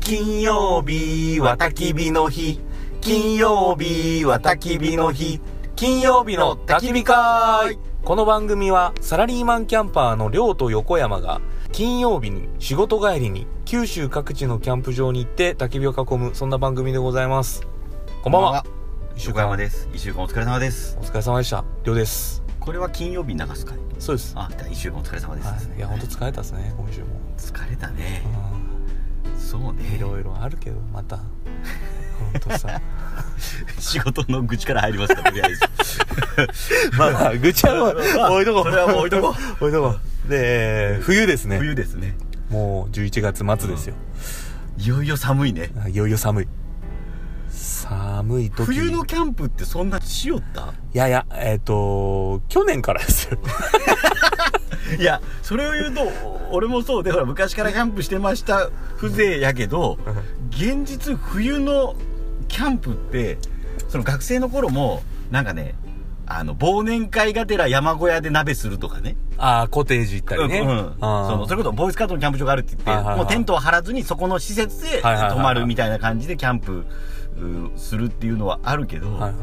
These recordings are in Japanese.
金曜日は焚き火の日。金曜日は焚き火の日。金曜日の焚き火会この番組はサラリーマンキャンパーの亮と横山が金曜日に仕事帰りに九州各地のキャンプ場に行って焚き火を囲むそんな番組でございます。こんばんは。一週横間山です一週間お疲れ様ですお疲れ様でした。亮です。これは金曜日に流すかいそうです。あ一週間お疲れ様です、はい、いや、本当疲れたですね、今週も。疲れたねう、そうんいねろいろあるけど、ま た。本当さ。仕事の愚痴から入りますかとり あえずまあ、愚痴はまあ置いとこう。それはもう置いとこ置いとこう。で、冬ですね。冬ですねもう11月末ですよ。いよいよ寒いねいよいよ寒い。寒い時冬のいキャンプってそんなしよったやいや、えっ、と、去年からです よ。いやそれを言うと俺もそうでほら昔からキャンプしてました風情やけど現実冬のキャンプってその学生の頃もなんかねあの忘年会がてら山小屋で鍋するとかねああ、コテージ行ったりね。うんうん、そあーのそれこそボーイスカートのキャンプ場があるって言って、はいはいはいもうテントを張らずにそこの施設ではいはいはいはい泊まるみたいな感じでキャンプうーするっていうのはあるけど、はいはい。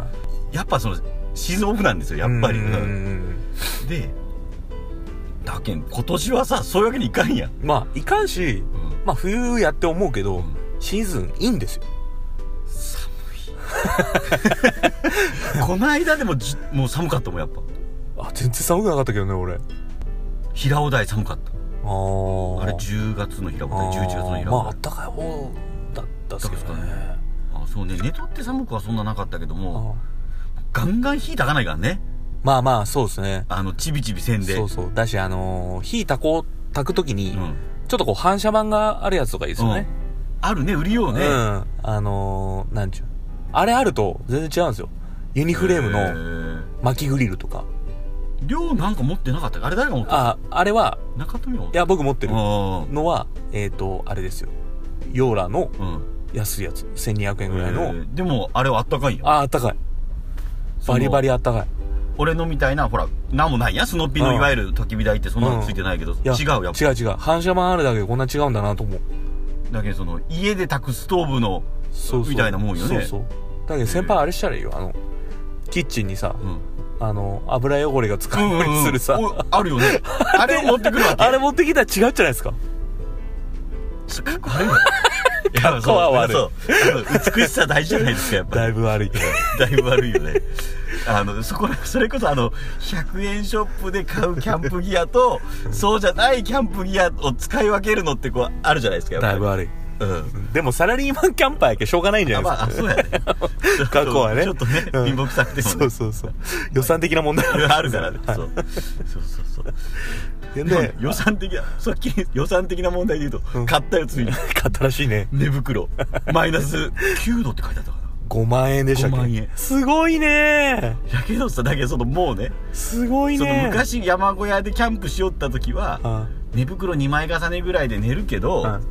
やっぱそのシーズンオフなんですよやっぱり、うんうんうんでだけん今年はさそういうわけにいかんやん、うん。まあ、いかんし、まあ、冬やって思うけど、んシーズンいいんですよ。この間でもじもう寒かったもんやっぱあ、全然寒くなかったけどね、俺。あ平尾台寒かったあ。あれ10月の平尾台11月のあー平まあ、あ尾っ台たかい方だったっすけどだったっすね。あそうね寝とって寒くはそんななかったけどあもーガンガン火たかないからねまあまあ、そうですね。あのちびちびせんでそうそう。だし、あのー火炊こう、炊くときに、うんちょっとこう反射板があるやつとかいいですよね。うん、あるね売りよううん。ね、あのーなんちゅう。あれあると全然違うんですよ。ユニフレームのの巻きグリルとか。量なんか持ってなかったっけあれ誰が持ってたあ、あれは、中富をいや、僕持ってうるんのは、えっ、と、あれですよ。ヨーラのうん安いやつ。1200円ぐらいの。えーでもあれはあったかいんやあー、あったかい。バリバリあったかい。俺のみたいなほらなんもないやスノッピーうのんいわゆる焚き火台ってそんなのついてないけど、いや違うやっぱ違う違う。反射板あるだけでこんな違うんだなと思う。だけどその家で炊くストーブのそうそうみたいなもんよねそうそうだけど先輩あれしたらいいよあのキッチンにさ、うんあの油汚れがつかんようにするさ、うんうんうんおあるよねあれを持ってくるわけあれ持ってきたら違うじゃないですかかっこ悪いわいやっこは悪いそうそうあの美しさ大事じゃないですかやっぱりだいぶ悪い だいぶ悪いよねあのそこらそれこそあの100円ショップで買うキャンプギアとそうじゃないキャンプギアを使い分けるのってこうあるじゃないですかやっぱだいりぶ悪いうんでもサラリーマンキャンパーやけしょうがないんじゃあないまああそうやね ですか過去はねちょっとねうん貧乏くさくてもそねうそうそう予算的な問題あるからね、 はいそうそうそうそうででもね予算的なさっき予算的な問題で言うと、うん買ったよついに買ったらしいね寝袋マイナス9度って書いてあったかな5万円でしたっけ5万円すごいねやけどさだけどそのもうねすごいそのね昔山小屋でキャンプしよった時は、あ寝袋2枚重ねぐらいで寝るけど、あ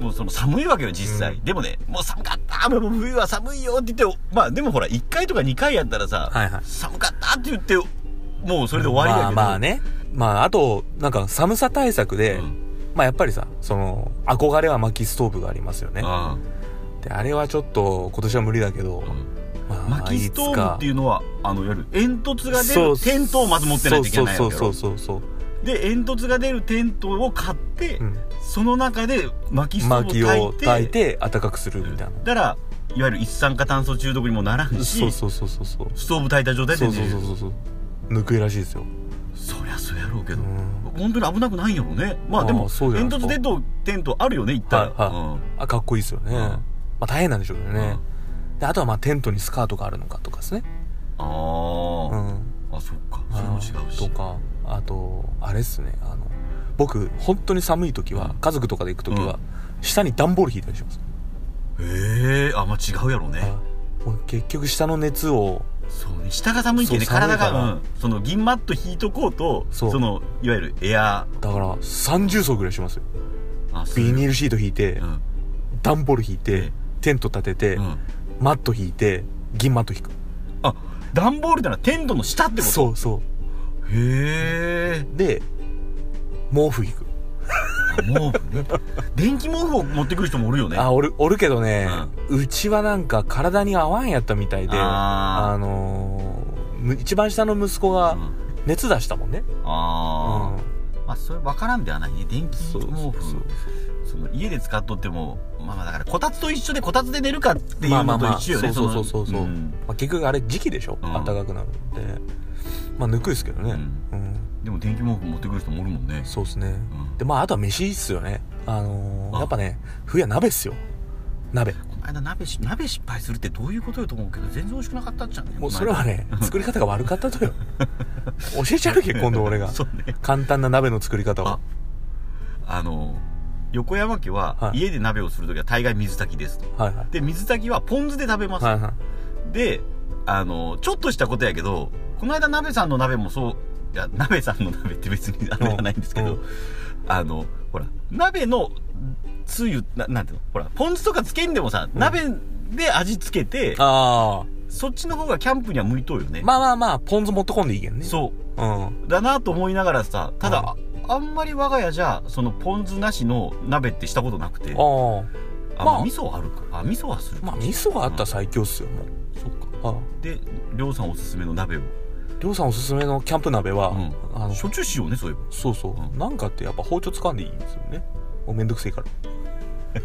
もうその寒いわけよ実際、うんでもねもう寒かったもう冬は寒いよって言ってまあでもほら1回とか2回やったらさ、はいはい寒かったって言ってもうそれで終わりだけど、まあまあねまああとなんか寒さ対策で、うんまあやっぱりさその憧れは薪ストーブがありますよねであれはちょっと今年は無理だけど、うんまあ薪ストーブっていううのはあのいわゆる煙突が出るテントをまず持ってないといけないそわうけやそろうそうそうそうで煙突が出るテントを買って、うんその中で薪スト薪ーブをを炊炊いいてて暖かくするみたいな、だからいわゆる一酸化炭素中毒にもならんしそうそうそうそうそうストーブ炊いた状態そうで寝それうるそうそうそうぬくいらしいですよそりゃそうやろうけど、うん本当に危なくないんやろうねまああーでもそうじゃない煙です突か出とテントあるよね一体、はいはあかっこいいですよね、うんまあ大変なんでしょうけどね、であとはまあテントにスカートがあるのかとかですねううん、あんーあそっかそれも違うとしかあとあれっすねあの僕本当に寒い時は、うん家族とかで行く時は、うん下に段ボール引いたりします、へえあまあ違うやろうね、はいもう結局下の熱をそうね下が寒いけどねそう寒い体からが、うん、その銀マット引いとこうとそうそのいわゆるエアだから30層ぐらいしますよーあそうビニールシート引いてうん段ボール引いてえテント立ててうんマット引いて銀マット引くあ段ボールってのはテントの下ってことそうそへえうで毛布引くあ毛布 ね電気毛布を持ってくる人もおるよねあおるおるけどね、うちはなんか体に合わんやったみたいであーのーむ一番下の息子がうん熱出したもんね、あうんー、まあそれ分からんではないね電気毛そうそ布うそうその家で使っとってもまあまあだからこたつと一緒でこたつで寝るかっていまあうまあのとまあ一緒よねそうそうのそうそうそうんまあ、結局あれ時期でしょ、うん暖かくなるのでまあぬくいですけどねうん、でも電気毛布持ってくる人もおるもんねそうですね、うんでまああとは飯っすよねあのーあやっぱね冬は鍋っすよ鍋この間鍋し鍋失敗するってどういうことよと思うけど全然美味しくなかったっちゃねもうこの間それはね作り方が悪かったと よ教えちゃるけ今度俺がそうね簡単な鍋の作り方をああの横山家ははい家で鍋をするときは大概水炊きですとはいはいで水炊きはポン酢で食べます、はいはいであのちょっとしたことやけどこの間鍋さんの鍋もそういや鍋さんの鍋って別にあれじゃないんですけど、うんあのほら鍋のつゆななんていうのほらポン酢とかつけんでもさ、鍋で味つけてああそっちの方がキャンプには向いとうよね、まあまあまあポン酢持ってこんでいいけんねそうううんだなと思いながらさただ、はああんまり我が家じゃそのポン酢なしの鍋ってしたことなくてああままああ、味噌はあるかあ味噌はするあか、まあ味噌があったら最強っすよもうそっかあでりょうさんおすすめの鍋を、ありょうさんおすすめのキャンプ鍋は、うんあのしょっちゅうしようねそういえばそうそう、うんなんかってやっぱ包丁掴んでいいんですよねもうめんどくせえから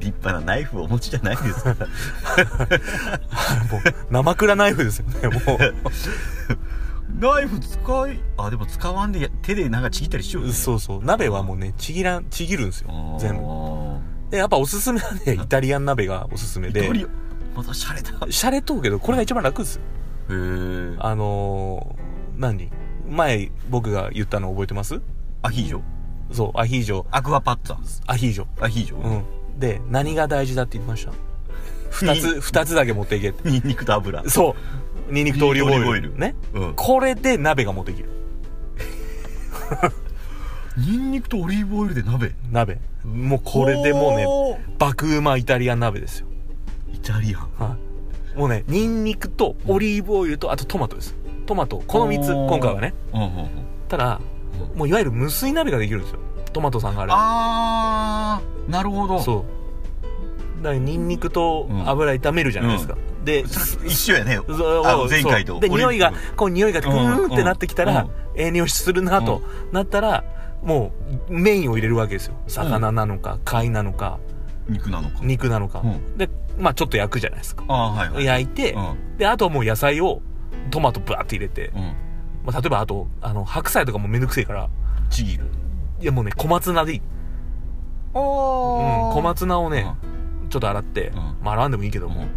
立派なナイフをお持ちじゃないですかもう生蔵ナイフですよねも ナイフ使いあでも使わんでや手でなんかちぎったりしようよ うねそうそう鍋はもうねちぎらんちぎるんですよあー全部でやっぱおすすめはねイタリアン鍋がおすすめでドリまた洒落た へシャレとうけどこれが一番楽ですよえあのー、何前僕が言ったの覚えてますアヒージョそうアヒージョアクアパッツァアヒージョアヒージョ、うんで何が大事だって言ってました二つ二つだけ持っていけってニンニクと油そうニンニクとオリーブオイルオリーブオイルねうんこれで鍋が持っていけるニンニクとオリーブオイルで鍋鍋もうこれでもうねおー爆うまイタリアン鍋ですよ、イタリアンはい、もうねニンニクとオリーブオイルとあとトマトですトマトこの3つおー今回はねうんうんうんただもういわゆる無水鍋ができるんですよトマトさんがあればあーなるほどそうだからニンニクと油炒めるじゃないですか、でさ一緒やねそうあの前回とそうでオリー匂ブいがこう匂いがグーンってなってきたら、うんうんええ匂いするなと、なったらもうメインを入れるわけですよ魚なのか貝なのか肉なのか肉なのか、うんでまあちょっと焼くじゃないですかあーはいはい焼いて、うんであとはもう野菜をトマトバーって入れて、うんまあ、例えばあとあの白菜とかもめんどくせえからちぎるいやもうね小松菜でいい、おうん、お小松菜をね、ちょっと洗って、んまあ洗わんでもいいけども、もう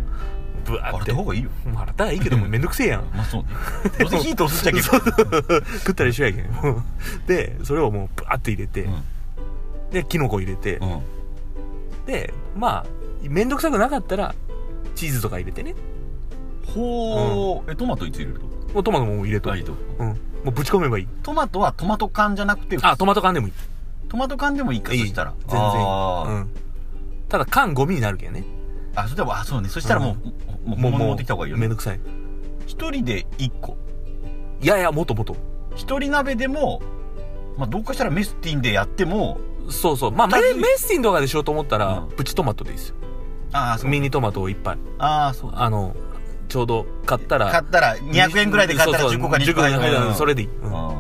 ブワあーれってた方がいいよまあ洗ったらいいけど もめんどくせえやんまあ そうねどうせ火通すっち ゃけどそう食ったら一緒やけんもうでそれをもうブワーって入れて、でキノコ入れて、うんうんでまあ面倒くさくなかったらチーズとか入れてねほうえトマトいつ入れるもうトマトも入れと、といとうん、もうぶち込めばいいトマトはトマト缶じゃなくてあトマト缶でもいいトマト缶でもいいかいいそしたら全然いいあーうん、ただ缶ゴミになるけんねあそれでもあそうねそしたらもうもう本物持ってきた方がいいよめんどねくさい一人で一個いやいやもっともっと一人鍋でもまあどうかしたらメスティンでやってもそうそうまあメ二人メスティンとかでしようと思ったら、うんプチトマトでいいですよああそうミニトマトをいっぱいああそうあのちょうど買ったら買ったら200円ぐらいで買ったらそうそ10う個か20個10入るうんそれでいい、うん、あ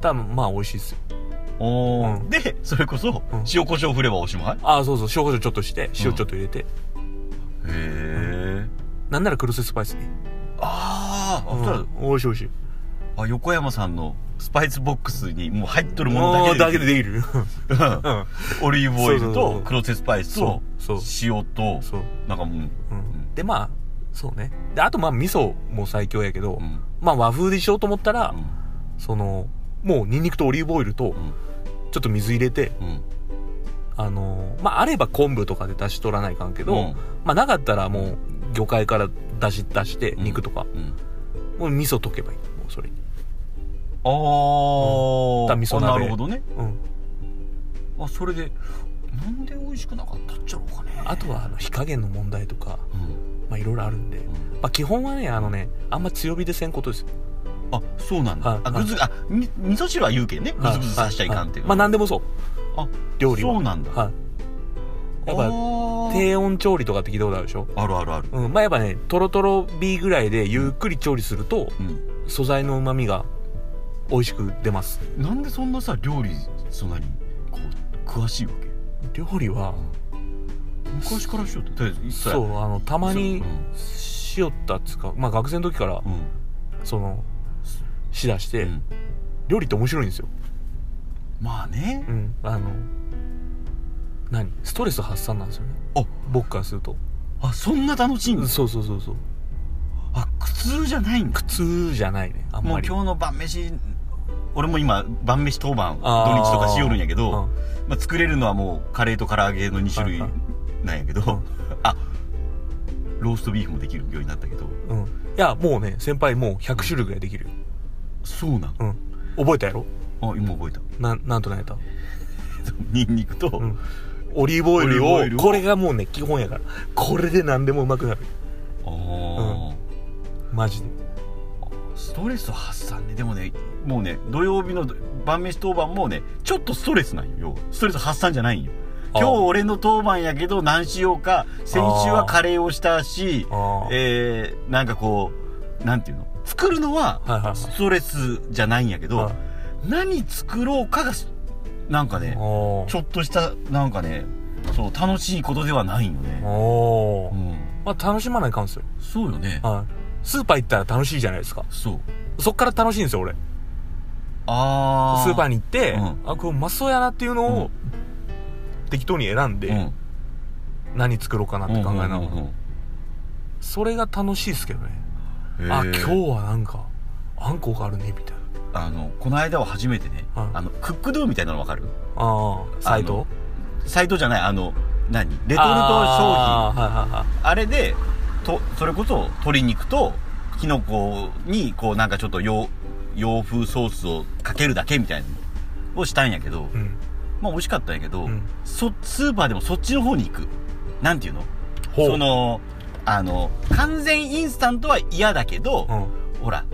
多分まあ美味しいですよーおーうんでそれこそうん塩コショウ振ればおしまいへああそうそう塩コショウちょっとして塩ちょっと入れて、えなんなら黒酢スパイスね、あーあそしたらうん美味しい美味しいあ横山さんのスパイスボックスにもう入っとるもものうだだけけででできるうん うんオリーブオイそうそルうそとう黒瀬スパイスとそうそう塩とそう、なんかもううん、でまあそうねであとまあ味噌も最強やけど、うんまあ和風でしようと思ったら、うんそのもうニンニクとオリーブオイルとんちょっと水入れて、うんあのーまああれば昆布とかで出し取らないかんけど、うんまあなかったらもう魚介から出し出してん肉とか、うんもう味噌溶けばいいもうそれにあーだから味噌あ鍋なるほどねうんあそれでなんで美味しくなかったっちゃろうかねあとはあの火加減の問題とかうんまあいろいろあるんで、まあ、基本はねあのねあんま強火でせんことですよあそうなんはいだあぐずあみ味噌汁は言うけんねぐずぐずさせちゃいかんっていうまあ何でもそうあ料理はそうなんだはいやっあぱー低温調理とかって聞いたことあるでしょあるあるあるうんまあやっぱねとろとろ B ぐらいでゆっくり調理するとうん素材のうまみが美味しく出ますなんでそんなさ料理そんなにこう詳しいわけ料理は昔からしようってとりあえず一切そうあのたまにそう塩ったっつうかまあ学生の時からうんそのしだしうてん料理って面白いんですよまあねうんあの何ストレス発散なんですよねあ僕からするとあそんな楽しいんだそうそうそうそうあ苦痛じゃないんだ苦痛じゃないねあんもまうり今日の晩飯俺も今晩飯当番土あー日とかしよるんやけど、うんまあ、作れるのはもうカレーと唐揚げの2種類はいはなんやけど、うんあローストビーフもできるようになったけどうんいやもうね先輩もう100種類ぐらいできるよそうなうん覚えたやろのあ今覚えたなんなんとなんやった ニンニクと、うんオリーブオイルをオリーブオイルをこれがもうね基本やからこれで何でもうまくなるあーマジでストレス発散ねでもねもうね土曜日の晩飯当番もねちょっとストレスなんよ要はストレス発散じゃないんよあー今日俺の当番やけど何しようか先週はカレーをしたしあーえー、なんかこうなんていうの作るのははいはいはいストレスじゃないんやけど、はい何作ろうかがすなんかねおーちょっとしたなんかねそう楽しいことではないよね、おーうん、まあ楽しまないかんですよそうよねはいスーパー行ったら楽しいじゃないですかそうそっから楽しいんですよ俺あスーパーにに行って、うんあこれうまそうやなっていうのを適当に選んで、うん、何作ろうかなって考えながら、それが楽しいですけどね、あ今日日はなんかあんこがあるねみたいなあのこの間は初めてね、うんあのクックドゥみたいなの分かるああサイトサイトじゃないあの何レトルト商品あーはいはいはいあれでとそれこそ鶏肉ときのこにこうなんかちょっと洋洋風ソースをかけるだけみたいなのをしたんやけど、うんまあ美味しかったんやけど、うんそスーパーでもそっちの方に行くなんていうのほうそのあの完全インスタントは嫌だけど、うんほら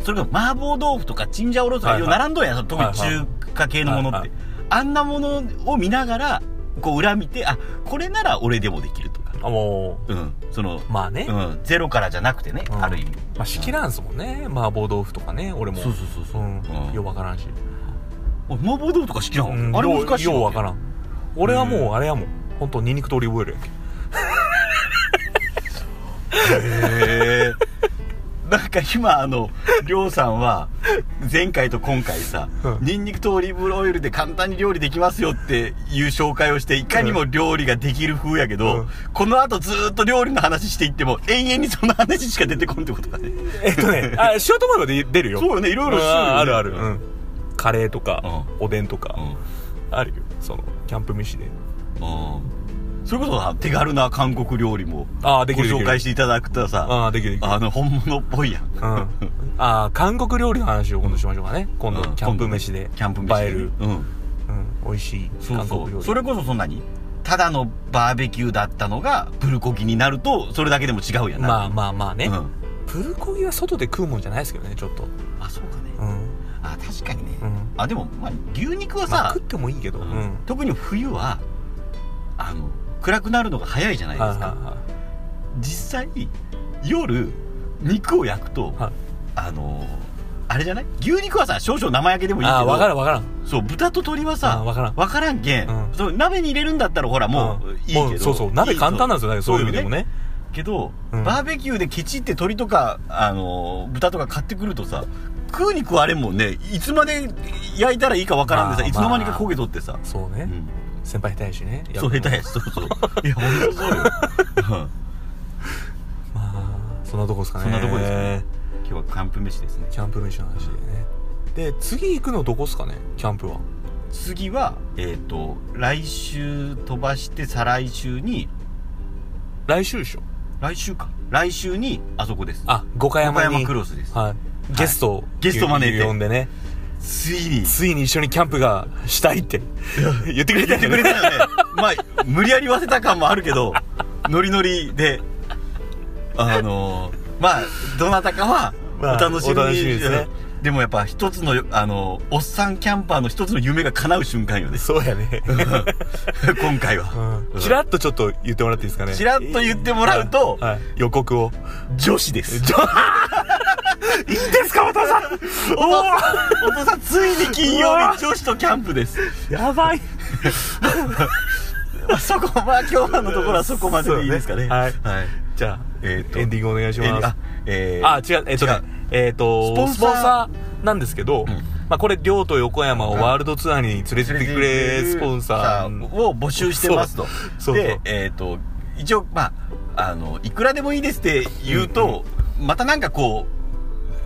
それが麻婆豆腐とかチンジャオロースとかはいはい並んどんやん、その特に中華系のものって、はいはあんなものを見ながらこう裏見てあこれなら俺でもできるとかあもうんそのうまあね、うん、ゼロからじゃなくてね、うんある意味まあ好きなんすもんね麻婆豆腐とかね俺もそうそうそうそう、んうんようわからんし、お麻婆豆腐とか好きなの、うんあれ難しいようようわけからん俺はもうあれやもん本当ニンニクとオリーブオイルやけへえなんか今あのりょうさんは前回と今回さ、うんニンニクとオリーブオイルで簡単に料理できますよっていう紹介をしていかにも料理ができる風やけど、うんこの後ずーっと料理の話していっても永遠にその話しか出てこんってことだねえっと ねあしようと思えばで出るよそうよねいろいろ種類あーあるある、ううんん、カレーとか、おでんとか、うんあるよそのキャンプ飯でうんそれこそさ手軽な韓国料理もごあーできるできる紹介していただくとさああできるできるあの本物っぽいやん、うん、ああ韓国料理の話を今度しましょうかね、今度うんキャンプ飯でキャンプ飯で映える、うんうん、美味しいそう韓そ国料う理それこそそんなにただのバーベキューだったのがプルコギになるとそれだけでも違うやなまあまあまあね、うん、プルコギは外で食うもんじゃないですけどねちょっとあそうかねうんあ確かにね、うんあでも、まあ、牛肉はまあさ食、ってもいいけどうん、特に冬はあの暗くなるのが早いじゃないではいすはいか、は実際夜肉を焼くと、はいあのあれじゃない牛肉はさ少々生焼けでもいいいけどああ分からん分からんそう豚と鶏はさあ分からんわからんけん、うんそう鍋に入れるんだったらほらもう、んいいけどもうそうそう鍋簡単なんですよねそういう意味でもねけど、うんバーベキューでケチって鳥とか、あのー豚とか買ってくるとさ食うに食われんもんねいつまで焼いたらいいかわからんでさまあいつの間にか焦げとってさ、そうね、うん先輩下手やしねそう下手やしそうそう いや本当そうよ、うんまあそんなとこですかねそんなとこですかね今日はキャンプ飯ですねキャンプ飯の話でねで次行くのどこっすかねキャンプは次はえっ、と来週飛ばして再来週に来週でしょ来週か来週にあそこですあ五岡箇山に山クロスです、はい、ゲストをゲスト招いて呼んでねついについに一緒にキャンプがしたいって 言ってくれた言よっねてくれたよね まあ無理やり言わせた感もあるけどノリノリであのーまあどなたかはおまあ楽しみに,、お楽しみですねでもやっぱ一つのあのおっさんキャンパーの一つの夢が叶う瞬間よね そうや ね。今回は、うんちらっとちょっと言ってもらっていいですかね。ちらっと言ってもらうとはいはい予告を。女子ですちょいいんですか、お父さんおお父さんついに金曜うわ日女子とキャンプですおやばい。まあそこまあ今日のところはそこまででいいですかねそうねはいはい、じゃあ、えっ、とエンディングお願いします。あえーあ、違う、えっ、とね違う、えっ、と、スポンサースポンサーなんですけど、んまあこれ、両と横山をワールドツアーに連れてってくれ、スポンサー。を募集してますとそうそうでえっ、と一応まああのいくらでもいいですって言うと、またなんかこ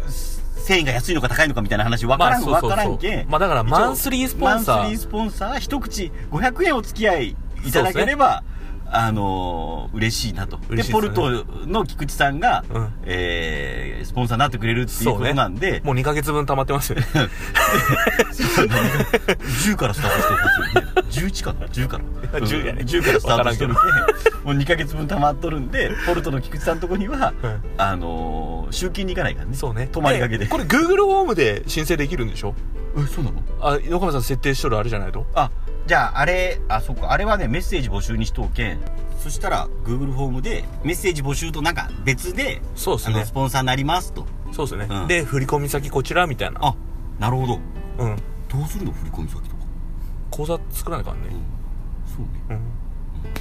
うす繊維が安いのか高いのかみたいな話分からん、まあそうそうそう分からんけんまあだから一応マンスリースポンサーマンスリースポンサー一口500円お付き合いいただければ、あのー嬉しいなと嬉しいポですねルトの菊池さんが、うんえースポンサーになってくれるっていうそこうとね。なんで、もう2ヶ月分溜まってますよね。 10からスタートしてますよね11かな10から や10やね10からスタートしてるんでわ もう2ヶ月分溜まっとるんでポルトの菊池さんのとこには、うんあのー集金に行かないからねそうね。泊まりがけでこれ、Google ホームで申請できるんでしょえそうなのあ、横山さん設定しとるあれじゃないとあじゃああれあそこあれはねメッセージ募集にしとうけんそしたら Google フォームでメッセージ募集となんか別でそうですあのねス。ポンサーになりますとそうですね、うんで、振込先こちらみたいな。あなるほどうん。どうするの振込先とか、口座作らないからうんね。、そうね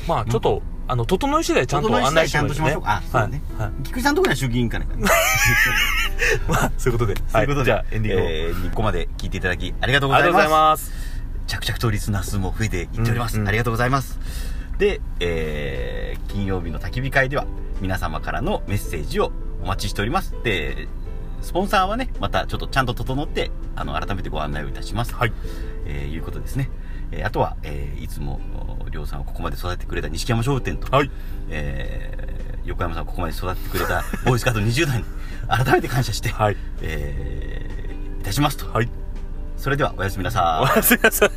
うん。まあ、ちょっと、あの、整い次第ちゃんと整い次案第内ちゃんとしましょうかしあとそるうんねでねはい。はい。 菊池さんのとこには集金行かないから ねまあ、そういうことで。ということで、じゃあ、エンディングを。えー、こまで聞いていただき、ありがとうごありざがというごまざす。います。着々とリスナー数も増えていっております。うんうんありがとうございます。で、えー、金曜日の焚き火会では、皆様からのメッセージをお待ちしております。で、スポンサーはね、またちょっとちゃんと整って、あの、改めてご案内をいたします。はい。えーいうことですね。えーあとは、えーいつも、おりょうさんをここまで育ててくれた錦山商店と、はい。えー横山さんをここまで育ててく れたボーイスカート20代に、改めて感謝して、はい。えーいたしますと。はい。それではおやすみな さおい。やすみなさい。